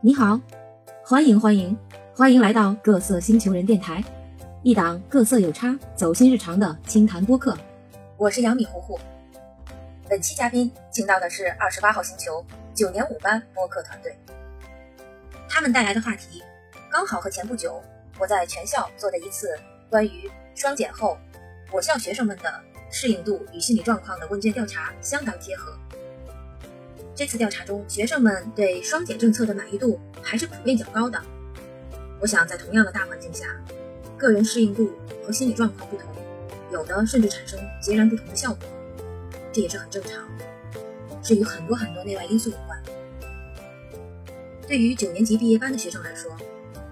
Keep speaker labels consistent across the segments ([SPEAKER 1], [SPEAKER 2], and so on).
[SPEAKER 1] 你好，欢迎欢迎欢迎来到各色星球人电台，一档各色有差、走心日常的清谈播客。我是杨米糊糊。本期嘉宾请到的是二十八号星球九年五班播客团队，他们带来的话题刚好和前不久我在全校做的一次关于双减后我校学生们的适应度与心理状况的问卷调查相当贴合。这次调查中，学生们对双减政策的满意度还是普遍较高的。我想，在同样的大环境下，个人适应度和心理状况不同，有的甚至产生截然不同的效果，这也是很正常，是与很多很多内外因素有关。对于九年级毕业班的学生来说，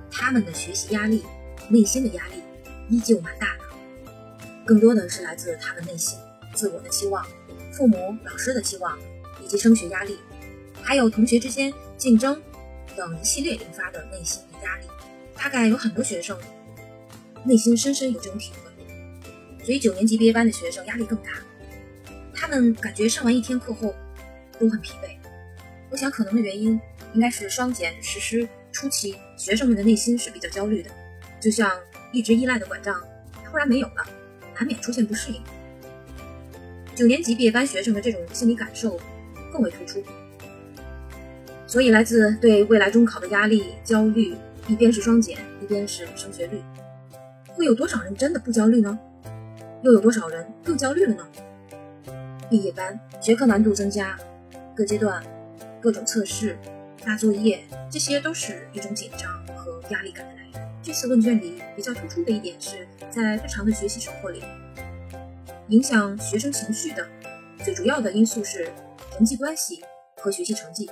[SPEAKER 1] 他们的学习压力、内心的压力依旧蛮大的，更多的是来自他们内心自我的期望、父母、老师的期望。以及升学压力，还有同学之间竞争等一系列引发的内心的压力，大概有很多学生内心深深有这种体会，所以九年级毕业班的学生压力更大，他们感觉上完一天课后都很疲惫。我想可能的原因应该是双减实施初期，学生们的内心是比较焦虑的，就像一直依赖的拐杖突然没有了，难免出现不适应。九年级毕业班学生的这种心理感受。更为突出，所以来自对未来中考的压力、焦虑，一边是双减，一边是升学率，会有多少人真的不焦虑呢？又有多少人更焦虑了呢？毕业班学科难度增加，各阶段、各种测试、大作业，这些都是一种紧张和压力感的来源。这次问卷里比较突出的一点是，在日常的学习生活里，影响学生情绪的最主要的因素是。人际关系和学习成绩，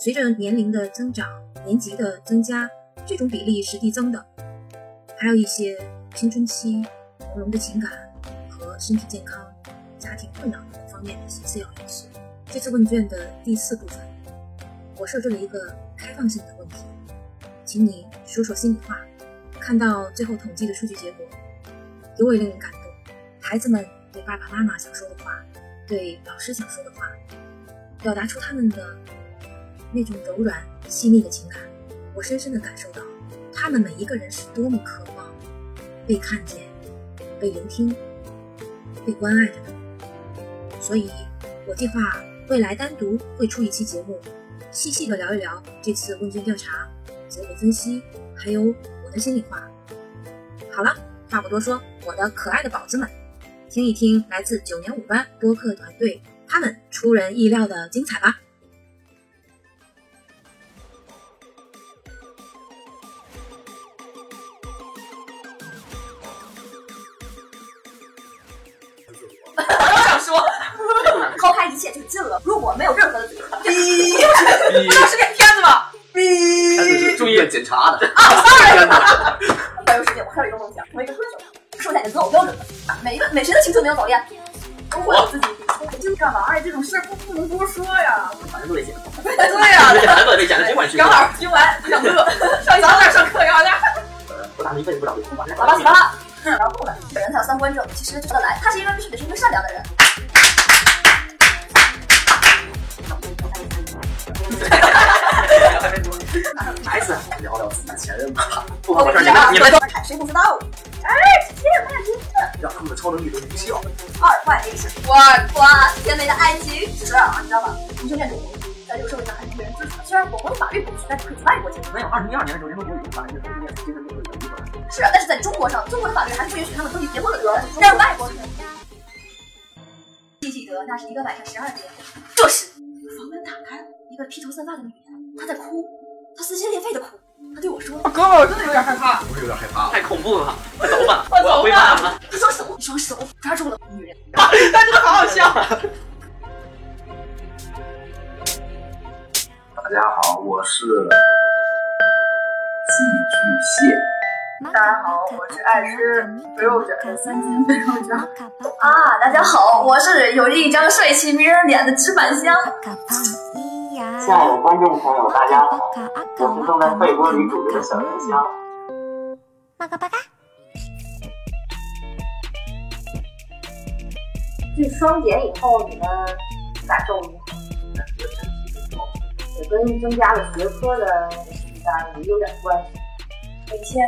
[SPEAKER 1] 随着年龄的增长、年级的增加，这种比例是递增的。还有一些青春期朦胧的情感和身体健康、家庭困扰等方面的一些次要因素。这次问卷的第四部分，我设置了一个开放性的问题，请你说说心里话。看到最后统计的数据结果，尤为令人感动。孩子们对爸爸妈妈想说的话，对老师想说的话。表达出他们的那种柔软、细腻的情感，我深深的感受到，他们每一个人是多么渴望被看见、被聆听、被关爱着的。所以，我计划未来单独会出一期节目，细细的聊一聊这次问卷调查结果分析，还有我的心里话。好了，话不多说，我的可爱的宝子们，听一听来自九年五班播客团队。他们出人意料的精彩吧！
[SPEAKER 2] 我想说，
[SPEAKER 3] 抛开一切就进了。如果没有任何的对抗，
[SPEAKER 2] 逼，这是骗片子吗？
[SPEAKER 4] 他这
[SPEAKER 2] 逼，
[SPEAKER 4] 是专业检查的，
[SPEAKER 3] 环游世界，我还有一个梦想，成为一个歌手，说起来就择偶标准了。啊每一个每谁的青春没有早恋，都会有自己就是干嘛呀？这种事不不能多说呀。
[SPEAKER 4] 孩子危险，
[SPEAKER 2] 对呀、
[SPEAKER 4] 这孩子危险，尽管去。
[SPEAKER 2] 杨老师听完想乐，上早点上课要点。
[SPEAKER 4] 不大一辈子不长头发。
[SPEAKER 3] 巴拉巴拉。嗯然后呢，这个人他有三观正，其实说得来，他是一个是是一个善良的人。
[SPEAKER 4] 还是聊聊自己前任吧，不
[SPEAKER 3] 我
[SPEAKER 4] 好
[SPEAKER 3] 跟
[SPEAKER 4] 事
[SPEAKER 3] 你
[SPEAKER 4] 你们你们
[SPEAKER 3] 都看谁不知道？哎，姐姐，我俩真
[SPEAKER 4] 让他们的超能力都无效。
[SPEAKER 3] 二坏历史，哇哇，甜美的爱情。其实啊，你知道吗？同性恋这种东西，在这个社会上还是被人支持的。虽然我国的法律不允许，但是可以阻碍国际。
[SPEAKER 4] 没有，二零一二年的时候，联合国有法律同性恋同性恋婚姻合法。
[SPEAKER 3] 是，但是在中国上，中国的法律还是不允许他们登记结婚的。但是外国人，记记得那是一个晚上十二点，这时房门打开了，一个披头散发的女人，她在哭，她撕心裂肺的哭。她对我说
[SPEAKER 2] 哥们儿，我真的有点害怕。
[SPEAKER 4] 我是有点害怕了，
[SPEAKER 5] 太恐怖了，快走吧，
[SPEAKER 2] 快
[SPEAKER 5] 我
[SPEAKER 2] 走吧
[SPEAKER 5] 要回家了。：“
[SPEAKER 3] 一双手，一双手抓住了女人。
[SPEAKER 2] 但真的好好笑。
[SPEAKER 4] 大家好，我是寄居蟹。
[SPEAKER 6] 大家好，我是爱吃肥肉卷，三斤肥肉卷。”
[SPEAKER 3] 啊，
[SPEAKER 6] 啊，
[SPEAKER 3] 大
[SPEAKER 6] 大
[SPEAKER 3] 家
[SPEAKER 6] 家
[SPEAKER 3] 好，
[SPEAKER 6] 好，
[SPEAKER 3] 我
[SPEAKER 6] 我
[SPEAKER 3] 是有着一张帅气迷人脸的纸板香。
[SPEAKER 7] 亲爱的观众朋友，大家好，我
[SPEAKER 6] 我
[SPEAKER 7] 是
[SPEAKER 6] 是
[SPEAKER 7] 正
[SPEAKER 6] 正
[SPEAKER 7] 在
[SPEAKER 6] 在
[SPEAKER 7] 被
[SPEAKER 6] 被
[SPEAKER 7] 窝
[SPEAKER 6] 窝
[SPEAKER 7] 里
[SPEAKER 6] 里
[SPEAKER 7] 煮
[SPEAKER 6] 煮着
[SPEAKER 7] 着的
[SPEAKER 6] 的
[SPEAKER 7] 小
[SPEAKER 6] 小
[SPEAKER 7] 蚊
[SPEAKER 6] 蚊
[SPEAKER 7] 香
[SPEAKER 6] 香。
[SPEAKER 8] 去双减以后，你们感受如何？有跟增加了学科的与伴侣有点关系。
[SPEAKER 3] 每天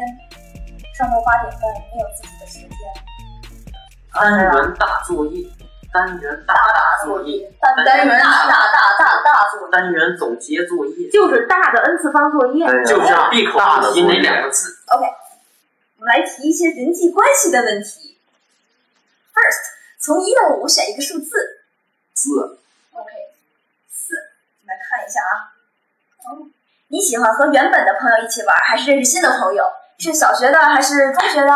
[SPEAKER 3] 上到八点半，你有自己的时间，
[SPEAKER 4] 单元大作业，单元大大作业，
[SPEAKER 3] 大单元大大大大大作业。
[SPEAKER 4] 单元总结作业，
[SPEAKER 8] 就是大的 n 次方作业，
[SPEAKER 4] 就是闭口不提哪两个字。
[SPEAKER 3] OK，我们来提一些人际关系的问题。First，从一到五选一个数字。
[SPEAKER 4] 四，
[SPEAKER 3] OK，四，我们来看一下啊。哦，你喜欢和原本的朋友一起玩，还是认识新的朋友？是小学的还是中学的？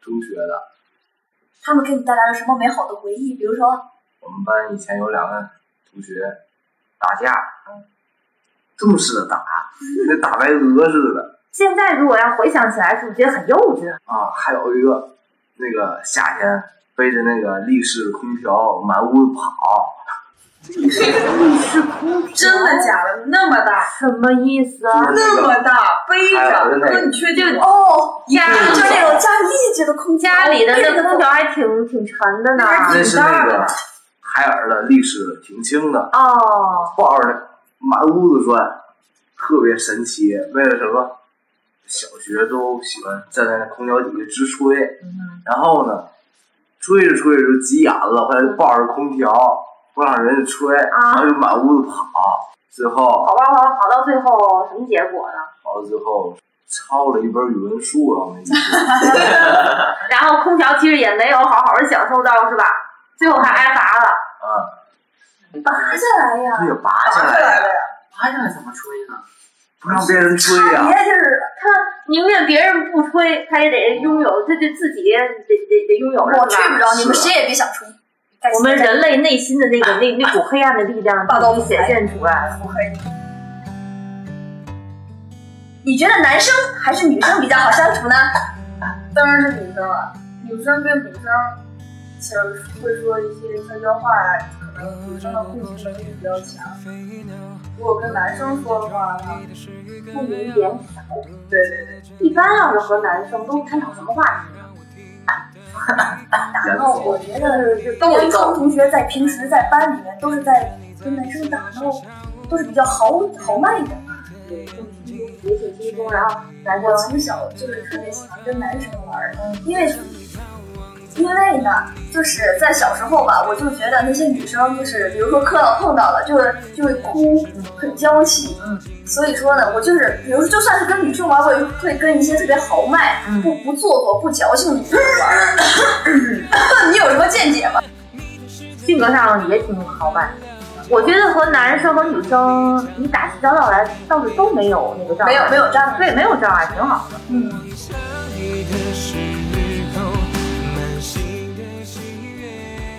[SPEAKER 5] 中学的，
[SPEAKER 3] 他们给你带来了什么美好的回忆？比如说，
[SPEAKER 5] 我们班以前有两个同学打架，
[SPEAKER 2] 嗯
[SPEAKER 4] 这么式的打，
[SPEAKER 5] 啊
[SPEAKER 4] 跟打白鹅似的。
[SPEAKER 8] 现在如果要回想起来，是不是觉得很幼稚？
[SPEAKER 5] 啊，还有一个那个夏天背着那个立式空调满屋子跑，
[SPEAKER 8] 是空
[SPEAKER 2] 真的假的？那么大，
[SPEAKER 8] 什么意思啊？
[SPEAKER 2] 那么大，背
[SPEAKER 5] 哎
[SPEAKER 2] 着，
[SPEAKER 5] 我
[SPEAKER 2] 哥，你确定？
[SPEAKER 3] 哦，
[SPEAKER 2] 压
[SPEAKER 3] 就那种家里一直的空间，
[SPEAKER 8] 家里的那空调还挺挺沉的呢。
[SPEAKER 5] 啊那是那个海尔的立式挺轻的，
[SPEAKER 8] 哦，
[SPEAKER 5] 抱着满屋子转，特别神奇。为了什么？小学都喜欢站在那空调底下直吹，然后呢，吹着吹着就急眼了，后来就抱着空调不让人家吹，
[SPEAKER 8] 啊
[SPEAKER 5] 然后就满屋子跑，最后
[SPEAKER 8] 跑吧跑吧，跑到最后什么结果呢？
[SPEAKER 5] 跑到最后抄了一本语文书，啊然后那一天
[SPEAKER 8] 然后空调其实也没有好好的享受到，是吧？最后还挨罚了。
[SPEAKER 5] 啊，
[SPEAKER 3] 拔下来呀，
[SPEAKER 5] 他就拔下
[SPEAKER 2] 下来
[SPEAKER 5] 来，
[SPEAKER 2] 了呀！
[SPEAKER 4] 爬下来怎么吹呢？
[SPEAKER 5] 不让别人吹呀、
[SPEAKER 3] 别就是
[SPEAKER 8] 他宁愿别人不吹，他也得拥有，他得自己得得得拥有，是
[SPEAKER 3] 我吹不
[SPEAKER 8] 吧？
[SPEAKER 3] 着，你们谁也别想吹。
[SPEAKER 8] 我们人类内心的那个那那股黑暗的力量
[SPEAKER 3] 霸道
[SPEAKER 8] 必须显现出来。
[SPEAKER 3] 不黑。你觉得男生还是女生比较好相处呢？
[SPEAKER 2] 当然是女生了，女生跟女生其实会说一些悄悄话，可能女生的共情能力比较强。如果跟男生说的话呢，
[SPEAKER 8] 不明言少，
[SPEAKER 2] 对对对，
[SPEAKER 8] 一般要是和男生都探讨什么话题呢？
[SPEAKER 5] 严
[SPEAKER 3] 然后我
[SPEAKER 5] 肃，
[SPEAKER 3] 觉得是男生同学在平时在班里面都是在跟男生打闹，都是比较豪豪迈的。
[SPEAKER 8] 也挺轻松，然后男
[SPEAKER 3] 我
[SPEAKER 8] 生
[SPEAKER 3] 从小就是特别喜欢跟男生玩儿，因为因为呢，就是在小时候吧，我就觉得那些女生就是，比如说磕到碰到了，就会就会哭，很娇气。所以说呢，我就是，比如说就算是跟女生玩，我也会跟一些特别豪迈、不不做作、不矫情的女生玩。 你有什么见解吗？
[SPEAKER 8] 性格上也挺豪迈。我觉得和男生和女生，你打起交道来倒是都没有那个障碍，
[SPEAKER 3] 没有没有障碍
[SPEAKER 8] 对，没有障碍，挺好的。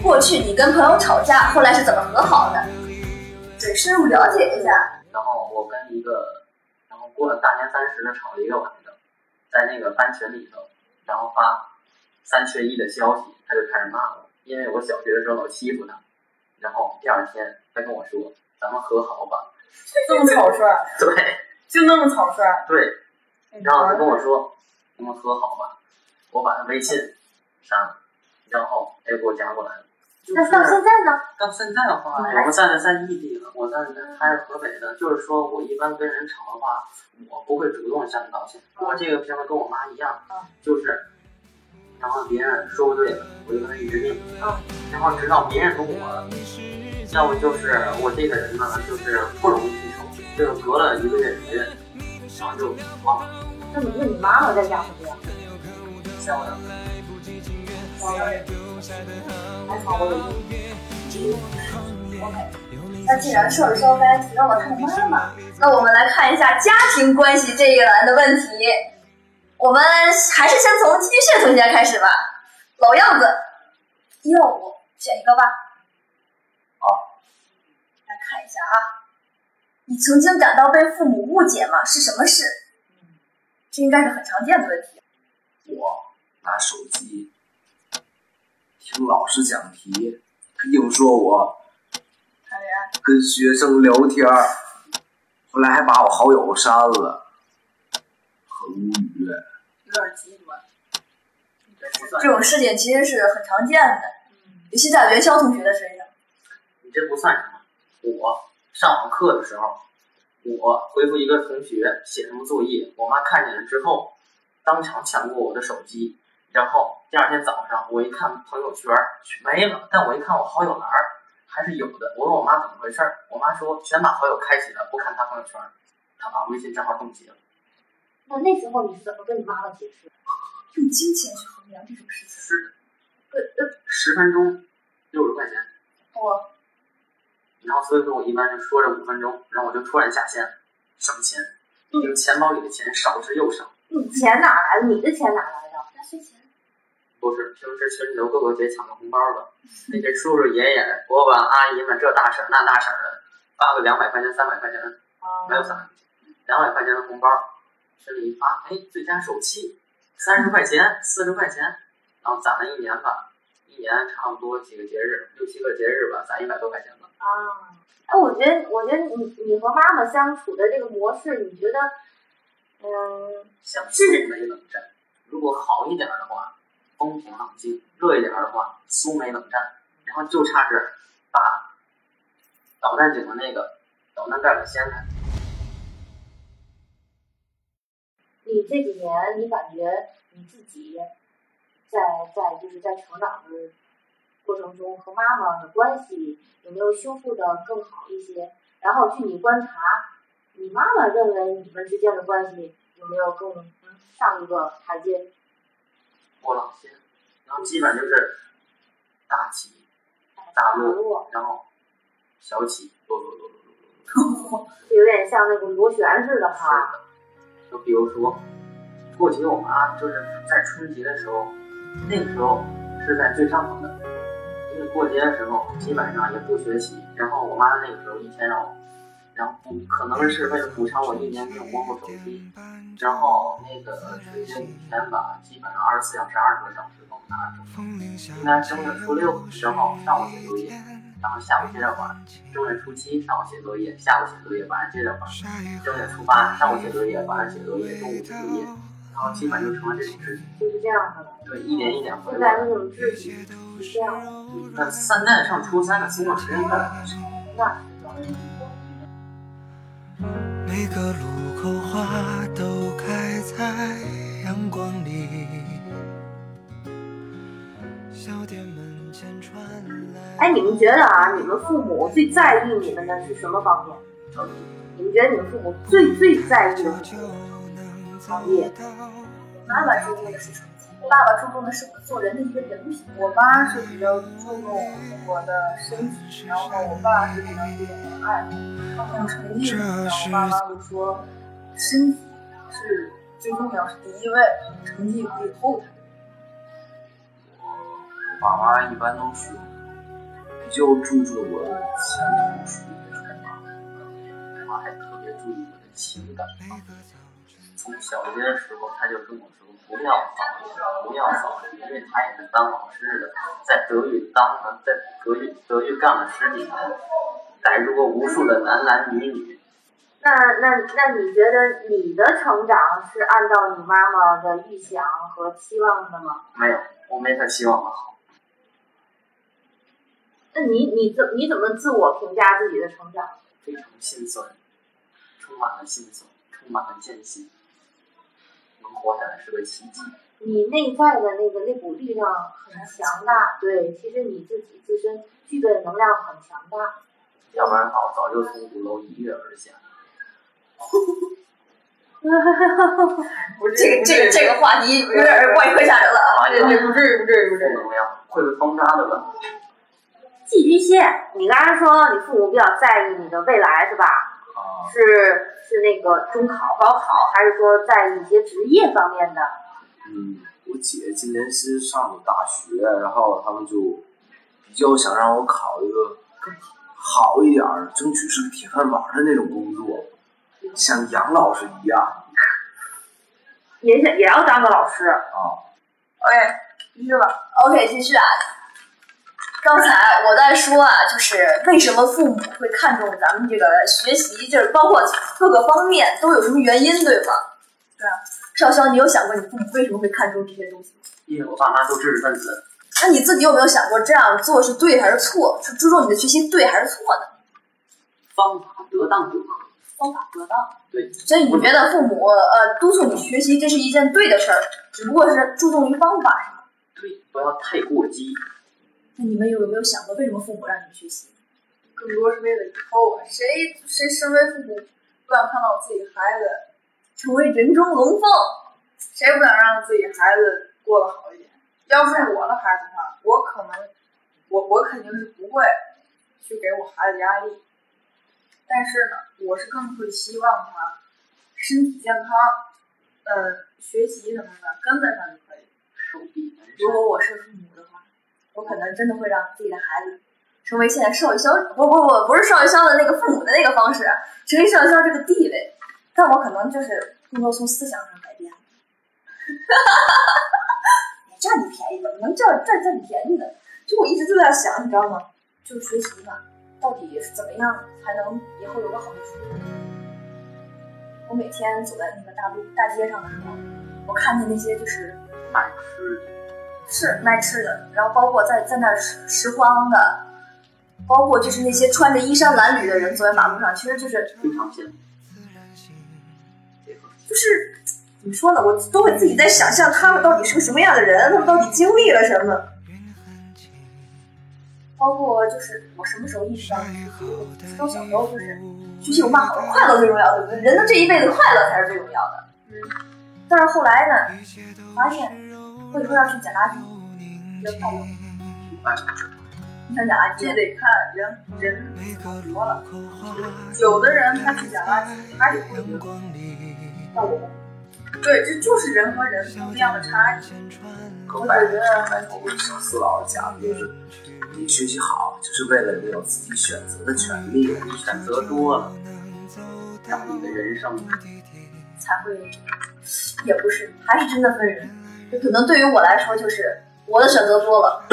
[SPEAKER 3] 过去你跟朋友吵架，后来是怎么和好的？对，深入了解一下。
[SPEAKER 4] 然后我跟一个，然后过了大年三十呢，吵了一个晚上，在那个班群里头，然后发三缺一的消息，他就开始骂我，因为我小学的时候老欺负他，然后第二天他跟我说，咱们和好吧，
[SPEAKER 2] 这么草率，
[SPEAKER 4] 对
[SPEAKER 2] 就那么草率。
[SPEAKER 4] 对，
[SPEAKER 8] 哎
[SPEAKER 3] 嗯
[SPEAKER 2] 你
[SPEAKER 4] 然后他跟我说，咱们和好吧，我把他微信删了，然后他又给我加过来了。就是
[SPEAKER 8] 那到现在呢？
[SPEAKER 4] 到现在的话，哎我们现在在异地了，我在
[SPEAKER 8] 嗯
[SPEAKER 4] 他是河北的，就是说我一般跟人吵的话，我不会主动向你道歉，
[SPEAKER 8] 嗯
[SPEAKER 4] 我这个平时跟我妈一样，就是，然后别人说不对了，我就跟他一定，
[SPEAKER 8] 嗯
[SPEAKER 4] 然后直到别人跟我，要不就是我这个人呢，就是不容易记仇，就是隔了一个月别人，然后就忘了，
[SPEAKER 8] 那你那你妈妈在家怎么样？
[SPEAKER 4] 像我的
[SPEAKER 8] 还吵过一次。
[SPEAKER 3] 那既然事儿烧该提到了他的妈妈，那我们来看一下家庭关系这一栏的问题。我们还是先从金炫同学开始吧，老样子，一到五选一个吧。好，来看一下啊，你曾经感到被父母误解吗？是什么事？这应该是很常见的问题。
[SPEAKER 5] 我拿手机听老师讲题，他硬说我啊跟学生聊天儿，后来还把我好友删了，很无语。
[SPEAKER 2] 有点极端，
[SPEAKER 3] 这种事情其实是很常见的，尤其在元宵同学的身上。
[SPEAKER 4] 你这不算什么。我上网课的时候，我回复一个同学写什么作业，我妈看见了之后，当场抢过我的手机，然后第二天早上我一看朋友圈没了，但我一看我好友栏还是有的，我问我妈怎么回事儿，我妈说全把好友开启了，不看她朋友圈，她把微信账号冻结了。
[SPEAKER 8] 那那时候你是怎么跟你妈妈解释？
[SPEAKER 3] 用金钱去衡量这种事情，
[SPEAKER 4] 是
[SPEAKER 8] 呃呃，
[SPEAKER 4] 十分钟六十块钱，
[SPEAKER 3] 我
[SPEAKER 4] 然后所以说我一般就说这五分钟，然后我就突然下线省钱，因为钱包里的钱少之又少，
[SPEAKER 8] 你钱哪来的？你的钱哪来的？
[SPEAKER 3] 压岁钱
[SPEAKER 4] 都是平时群里头各个节抢个红包的，那些叔叔爷爷、伯伯阿姨们这大婶儿那大婶儿的，发个两百块钱、三百块钱，
[SPEAKER 8] 啊
[SPEAKER 4] 没
[SPEAKER 8] 嗯
[SPEAKER 4] 有三百，两百块钱的红包，群里一发，哎，最佳手气，三十块钱、四十块钱，然后攒了一年吧，一年差不多几个节日，六七个节日吧，攒一百多块钱吧。
[SPEAKER 8] 啊，哎，我觉得，我觉得你你和妈妈相处的这个模式，你觉得，嗯，
[SPEAKER 4] 想苏梅冷战。如果好一点的话，风平浪静；热一点的话，苏梅冷战。然后就差是把导弹井的那个导弹盖给掀开。
[SPEAKER 8] 你这几年你感觉你自己在在就是在成长的过程中和妈妈的关系有没有修复的更好一些？然后据你观察，你妈妈认为你们之间的关系有没有更嗯上一个台阶？
[SPEAKER 4] 过老些，然后基本就是大起大
[SPEAKER 8] 打
[SPEAKER 4] 落
[SPEAKER 8] 落，，
[SPEAKER 4] 然后小起落落落落落落。
[SPEAKER 8] 有点像那个螺旋似的哈。
[SPEAKER 4] 就比如说，过节我妈就是在春节的时候，那个时候是在最上头的，因为过节的时候基本上也不学习，然后我妈那个时候一天让我，然后补可能是为了补偿我一年没有摸过手机，然后那个春节五天吧，基本上二十四小时、二十个小时都拿着手机，应该正月初六然后上午写作业，然后下午接着玩，正月初七上午写作业，下午写作业，晚上接着玩。正月初八上午写作业，晚上写作业，中午写作业，然后基本就成了这种事情。
[SPEAKER 8] 就是这样的，
[SPEAKER 4] 对，一年一年回
[SPEAKER 8] 现
[SPEAKER 4] 来
[SPEAKER 8] 在。那种秩序是这样的，
[SPEAKER 4] 那三代上初三的，中午时间快了。
[SPEAKER 8] 那是的。
[SPEAKER 9] 每个路口花都开在阳光里，小店门前传来。
[SPEAKER 8] 哎，你们觉得啊，你们父母最在意你们的是什么方面？你们觉得你们父母最最在意的是什么？行业
[SPEAKER 3] 妈妈注重的是成绩，爸爸注重的是我做人的一个人品。
[SPEAKER 2] 我妈是比较注重我的身体，然后我爸是比较注重我的爱好。然后成绩什么的，我爸妈会说，身体是最重要，是第一位，成绩可以后谈。
[SPEAKER 5] 爸妈一般都是比较注重我的前途属于什么，
[SPEAKER 4] 呃妈还特别注意我的情感方面。从小学的时候，他就跟我说不要早恋，不要早恋，因为他也是当老师的，在德育当了，在德育德育干了十几年，逮住过无数的男男女女。
[SPEAKER 8] 那那那你觉得你的成长是按照你妈妈的预想和期望的吗？
[SPEAKER 4] 没有，我没他希望的好。
[SPEAKER 8] 那你你怎你怎么自我评价自己的成长？
[SPEAKER 4] 非常心酸，充满了心酸，充满了艰辛。能活下来是个奇迹。
[SPEAKER 8] 你内在的那个内鼓力量很强大，对，其实你自己自身具备的能量很强大。
[SPEAKER 4] 要不然的话，我早就从鼓楼一跃而下。
[SPEAKER 2] 不是
[SPEAKER 3] 这个这个这个话题有点怪怪吓人了啊！这这
[SPEAKER 2] 不至于不至于不
[SPEAKER 4] 负能量会被封杀的吧？
[SPEAKER 8] 寄居蟹，你刚才说你父母比较在意你的未来是吧？
[SPEAKER 5] 啊，
[SPEAKER 8] 是是那个中考、高考，还是说在意一些职业方面的？
[SPEAKER 5] 嗯，我姐今年新上的大学，然后他们就比较想让我考一个更好一点儿，争取是个铁饭碗的那种工作，像杨老师一样
[SPEAKER 8] 也想也要当个老师，
[SPEAKER 5] 啊。
[SPEAKER 2] OK，继续吧。
[SPEAKER 3] OK，继续啊。刚才我在说啊，就是为什么父母会看重咱们这个学习，就是包括各个方面都有什么原因，对吗？对啊。少骁，你有想过你父母为什么会看重这些东西吗？
[SPEAKER 4] 因为我爸妈都知识分子，
[SPEAKER 3] 那你自己有没有想过这样做是对还是错？是注重你的学习对还是错呢？
[SPEAKER 4] 方法得当者，
[SPEAKER 3] 方法得当。
[SPEAKER 4] 对，
[SPEAKER 3] 所以你觉得父母呃督促你学习，这是一件对的事儿，只不过是注重于方法上。
[SPEAKER 4] 对，不要太过激。
[SPEAKER 3] 那你们有没有想过，为什么父母让你们学习？
[SPEAKER 2] 更多是为了以后啊，
[SPEAKER 3] 谁谁身为父母不想看到自己孩子成为人中龙凤？
[SPEAKER 2] 谁不想让自己孩子过得好一点？要是我的孩子的话，我可能我我肯定是不会去给我孩子压力，但是呢，我是更会希望他身体健康，呃，学习什么的跟得上就可以。
[SPEAKER 4] 手臂男
[SPEAKER 3] 如果我是父母的话，我可能真的会让自己的孩子成为现在邵逸霄不不不不是邵逸霄的那个父母的那个方式，成为邵逸霄这个地位，但我可能就是更多从思想上改变。 占你便宜怎么能占占占你便宜呢？就我一直都在想，你知道吗？就是学习嘛，到底是怎么样才能以后有个好的出路？我每天走在那个大路大街上的时候，我看见那些就是
[SPEAKER 4] 卖吃的，
[SPEAKER 3] 是卖吃的，然后包括在在那拾拾荒的，包括就是那些穿着衣衫褴褛的人走在马路上，其实就是
[SPEAKER 4] 非常羡慕，
[SPEAKER 3] 就是。怎么说呢？我都会自己在想象他们到底是个什么样的人，他们到底经历了什么。包括就是我什么时候意识到，从小时候就是学习有嘛好，快乐最重要，对不对？人的这一辈子快乐才是最重要的。嗯。但是后来呢，发现为什么要去捡垃圾？人快乐。你想捡垃圾，
[SPEAKER 2] 这得看人人多了。有的人他去捡垃
[SPEAKER 9] 啊
[SPEAKER 2] 圾，他也会觉得。对，这就是人和人不一样的差异。
[SPEAKER 5] 我感觉我上次老师讲的就是，你学习好，就是为了你有自己选择的权利，
[SPEAKER 4] 你选择多了，那你的人生
[SPEAKER 3] 才会，也不是，还是真的分人。就可能对于我来说，就是我的选择多了，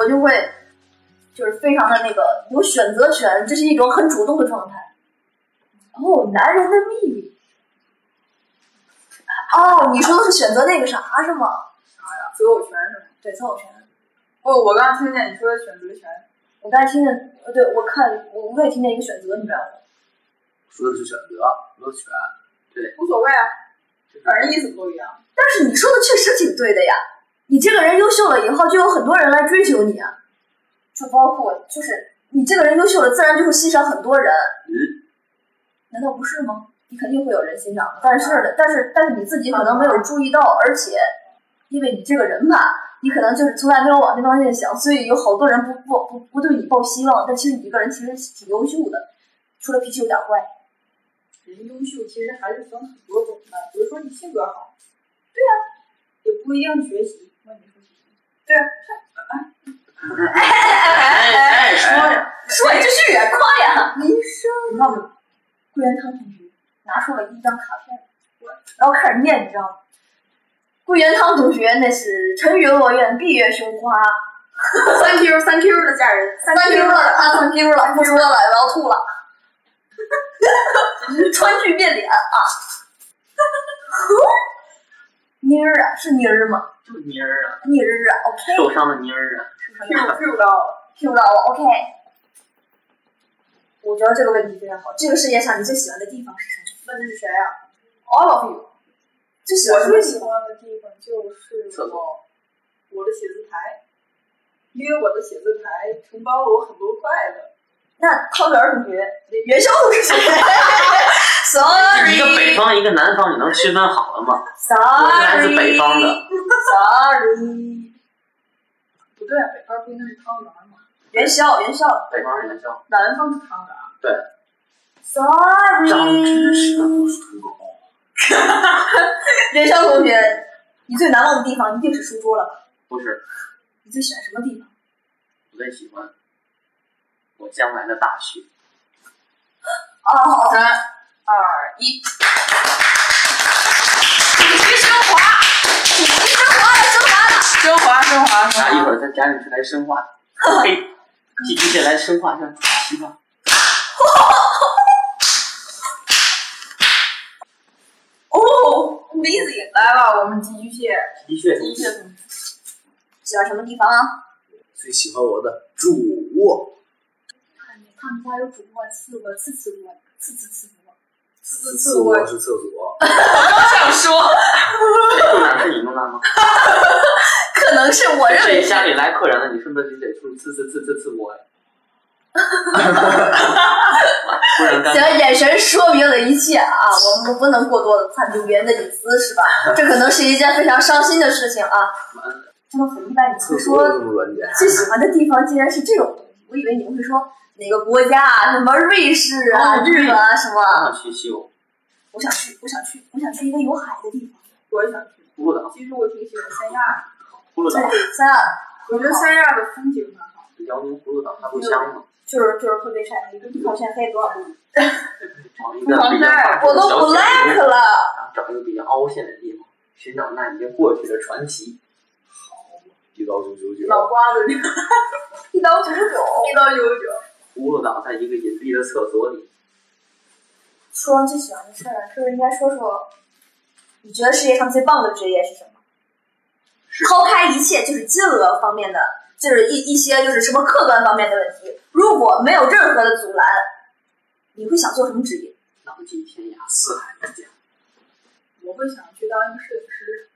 [SPEAKER 3] 我就会就是非常的那个有选择权，这是一种很主动的状态。哦，男人的秘密。哦，你说的是选择那个啥是吗？
[SPEAKER 2] 啥呀？择偶权是吗？
[SPEAKER 3] 对，择偶权。
[SPEAKER 2] 不、哦，我刚听见你说的选择权。
[SPEAKER 3] 我刚才听见，呃对，我看我我也听见一个选择，你知道吗？
[SPEAKER 5] 说的是选择，择权，
[SPEAKER 4] 对，
[SPEAKER 2] 无所谓啊，反正意思都一样。
[SPEAKER 3] 但是你说的确实挺对的呀，你这个人优秀了以后，就有很多人来追求你啊，就包括就是你这个人优秀了，自然就会欣赏很多人。
[SPEAKER 4] 嗯，
[SPEAKER 3] 难道不是吗？你肯定会有人欣赏的，但是呢，但是但是你自己可能没有注意到，而且因为你这个人吧，你可能就是从来没有往这方面想，所以有好多人不不不不对你抱希望。但其实你这个人其实挺优秀的，除了脾气有点怪。
[SPEAKER 2] 人优秀其实还是分很多种的，比如说你性格好，对呀、啊，也不一定学习。我也没说学习。对啊，
[SPEAKER 3] 哎哎哎哎，说呀说呀，继续呀，夸呀，
[SPEAKER 2] 民生。
[SPEAKER 3] 那么，桂圆汤同学。拿出了一张卡片，然后开始念，你知道吗？桂圆堂同学那是沉鱼落雁，闭月羞花，
[SPEAKER 2] 三 Q 三 Q 的嫁人，
[SPEAKER 3] 三 Q 了，他三 Q 了，不说了，我要 吐了，川剧变脸啊！ 妮儿啊，是妮儿吗？
[SPEAKER 4] 就妮儿啊，
[SPEAKER 3] 妮儿啊，OK，
[SPEAKER 4] 受伤的妮儿啊
[SPEAKER 2] ，Q Q 到了
[SPEAKER 3] ，Q 到了，OK。我觉得这个问题非常好。这个世界上你最喜欢的地方是什么？
[SPEAKER 2] 问的是谁呀、啊、？All of you。
[SPEAKER 3] 最喜
[SPEAKER 2] 欢我最喜欢的地方就是
[SPEAKER 4] 我
[SPEAKER 2] 我的写字台，因为我的写字台承包了我很多快乐。
[SPEAKER 3] 那汤圆同学，元宵同学 ，sorry，
[SPEAKER 4] 一个北方一个南方，你能区分好了吗
[SPEAKER 3] ？sorry，
[SPEAKER 4] 来自北方的
[SPEAKER 3] ，sorry，
[SPEAKER 2] 不对、啊，北方不应该是汤圆吗？
[SPEAKER 3] 元宵，元宵，
[SPEAKER 4] 北方是元宵，
[SPEAKER 2] 南方是汤圆，
[SPEAKER 4] 对。
[SPEAKER 3] Sorry，
[SPEAKER 5] 长知识了，我是土狗。
[SPEAKER 3] 元宵同学，你最难忘的地方一定是书桌了吧？
[SPEAKER 4] 不是。
[SPEAKER 3] 你最喜欢什么地方？
[SPEAKER 4] 我最喜欢我将来的大学。
[SPEAKER 3] 哦，
[SPEAKER 2] 三二一，
[SPEAKER 3] 继续升华，继续升华了，
[SPEAKER 2] 升华了，升华，升华，升华。
[SPEAKER 4] 一会儿再加进去来深化， 嘿，继续来深化一下习惯。
[SPEAKER 2] 哦，amazing！来吧，我们寄居蟹，
[SPEAKER 4] 寄居蟹，
[SPEAKER 2] 寄居蟹同学，
[SPEAKER 3] 喜欢什么地方啊？
[SPEAKER 5] 最喜欢我的主卧。
[SPEAKER 3] 看见他们家有主卧、次卧、次次卧、次次次卧。
[SPEAKER 5] 次次我是厕所，
[SPEAKER 2] 哦
[SPEAKER 3] 想说，
[SPEAKER 4] 这哪是你弄的吗？
[SPEAKER 3] 可能是 我认
[SPEAKER 4] 这
[SPEAKER 3] 为
[SPEAKER 4] 家里来客人了，你是不是就得出去刺刺刺刺刺我 呀？不然干
[SPEAKER 3] 行，眼神说明了一切啊！我们不能过多的探究别人的隐私，是吧？这可能是一件非常伤心的事情啊！真的很意外，你
[SPEAKER 5] 厕
[SPEAKER 3] 会
[SPEAKER 5] 所有
[SPEAKER 3] 说
[SPEAKER 5] 这么软件？
[SPEAKER 3] 最喜欢的地方竟然是这种东西，我以为你会说哪个国家啊，什么瑞士啊、
[SPEAKER 4] 哦
[SPEAKER 3] 日本啊什么。
[SPEAKER 4] 嘛去西游？
[SPEAKER 3] 我想去，我想去，我想去一个有海的地方。
[SPEAKER 2] 我也想去。
[SPEAKER 4] 葫芦岛，
[SPEAKER 2] 其实我挺喜欢三亚
[SPEAKER 4] 葫芦岛，
[SPEAKER 3] 对，三啊亚
[SPEAKER 2] 的，我觉得三亚的风景很好，
[SPEAKER 4] 辽宁葫芦岛，它不香吗？
[SPEAKER 3] 就是就是特别晒，一个地方晒黑多少度？
[SPEAKER 4] 找一个比较大
[SPEAKER 3] 嗯我
[SPEAKER 4] 众的
[SPEAKER 3] 都
[SPEAKER 4] 小景
[SPEAKER 3] black
[SPEAKER 4] 点，
[SPEAKER 3] 了。
[SPEAKER 4] 然后找一个比较凹陷的地方，寻找那已经过去的传奇。
[SPEAKER 5] 一刀九九九，
[SPEAKER 2] 脑瓜子里
[SPEAKER 3] 一刀九九九，
[SPEAKER 2] 一刀九九九。
[SPEAKER 4] 葫芦岛在一个隐蔽的厕所里，
[SPEAKER 3] 说完最喜欢的事儿，是不是应该说说，你觉得世界上最棒的职业是什么？抛开一切就是金额方面的，就是一一些就是什么客观方面的问题。如果没有任何的阻拦，你会想做什么职业？
[SPEAKER 4] 浪迹天涯，四海之家。
[SPEAKER 2] 我会想去当一个摄影师，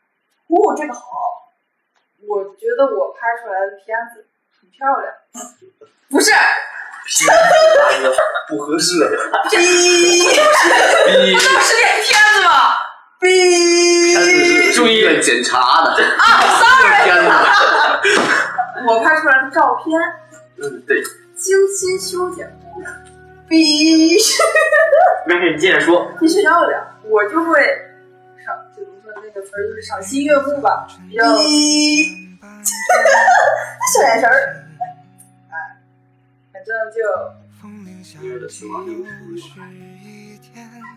[SPEAKER 3] 哦，这个好，
[SPEAKER 2] 我觉得我拍出来的片子很漂亮。
[SPEAKER 3] 不是，
[SPEAKER 5] 大哥不合适，
[SPEAKER 2] 当时演片子吗？
[SPEAKER 5] 但是是医院检查的。啊天哪！
[SPEAKER 2] 我拍出来的照片
[SPEAKER 4] 嗯，对，
[SPEAKER 2] 精心修剪，
[SPEAKER 3] 必
[SPEAKER 4] 没事，你接着说。
[SPEAKER 2] 必须漂亮，我就会赏，就怎么说那个词儿，就是赏心悦目吧，比较
[SPEAKER 9] 嗯
[SPEAKER 3] 小眼神儿，
[SPEAKER 2] 反正就
[SPEAKER 4] 因为的死亡流逝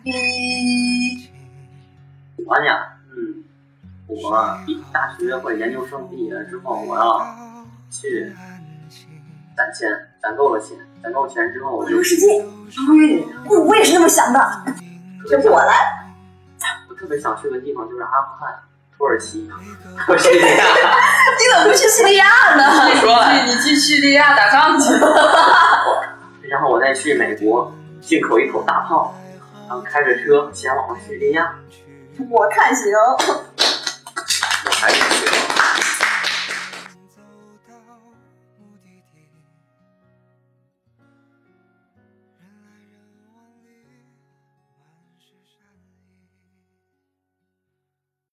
[SPEAKER 4] 愉快。我呀，嗯，我毕大学或者研究生毕业了之后，我要去攒钱，攒够了钱，攒够钱之后我就
[SPEAKER 3] 这个世界，嗯我嗯我也是那么想的。这不我来，
[SPEAKER 4] 我特别想去的地方就是阿富汗、 土耳其和叙利亚。
[SPEAKER 3] 你怎么不去叙利亚呢？
[SPEAKER 4] 你说啊吧，
[SPEAKER 2] 你去叙利亚打仗去，
[SPEAKER 4] 然后我再去美国进口一口大炮，然后开着车前往叙利亚。
[SPEAKER 3] 我看行，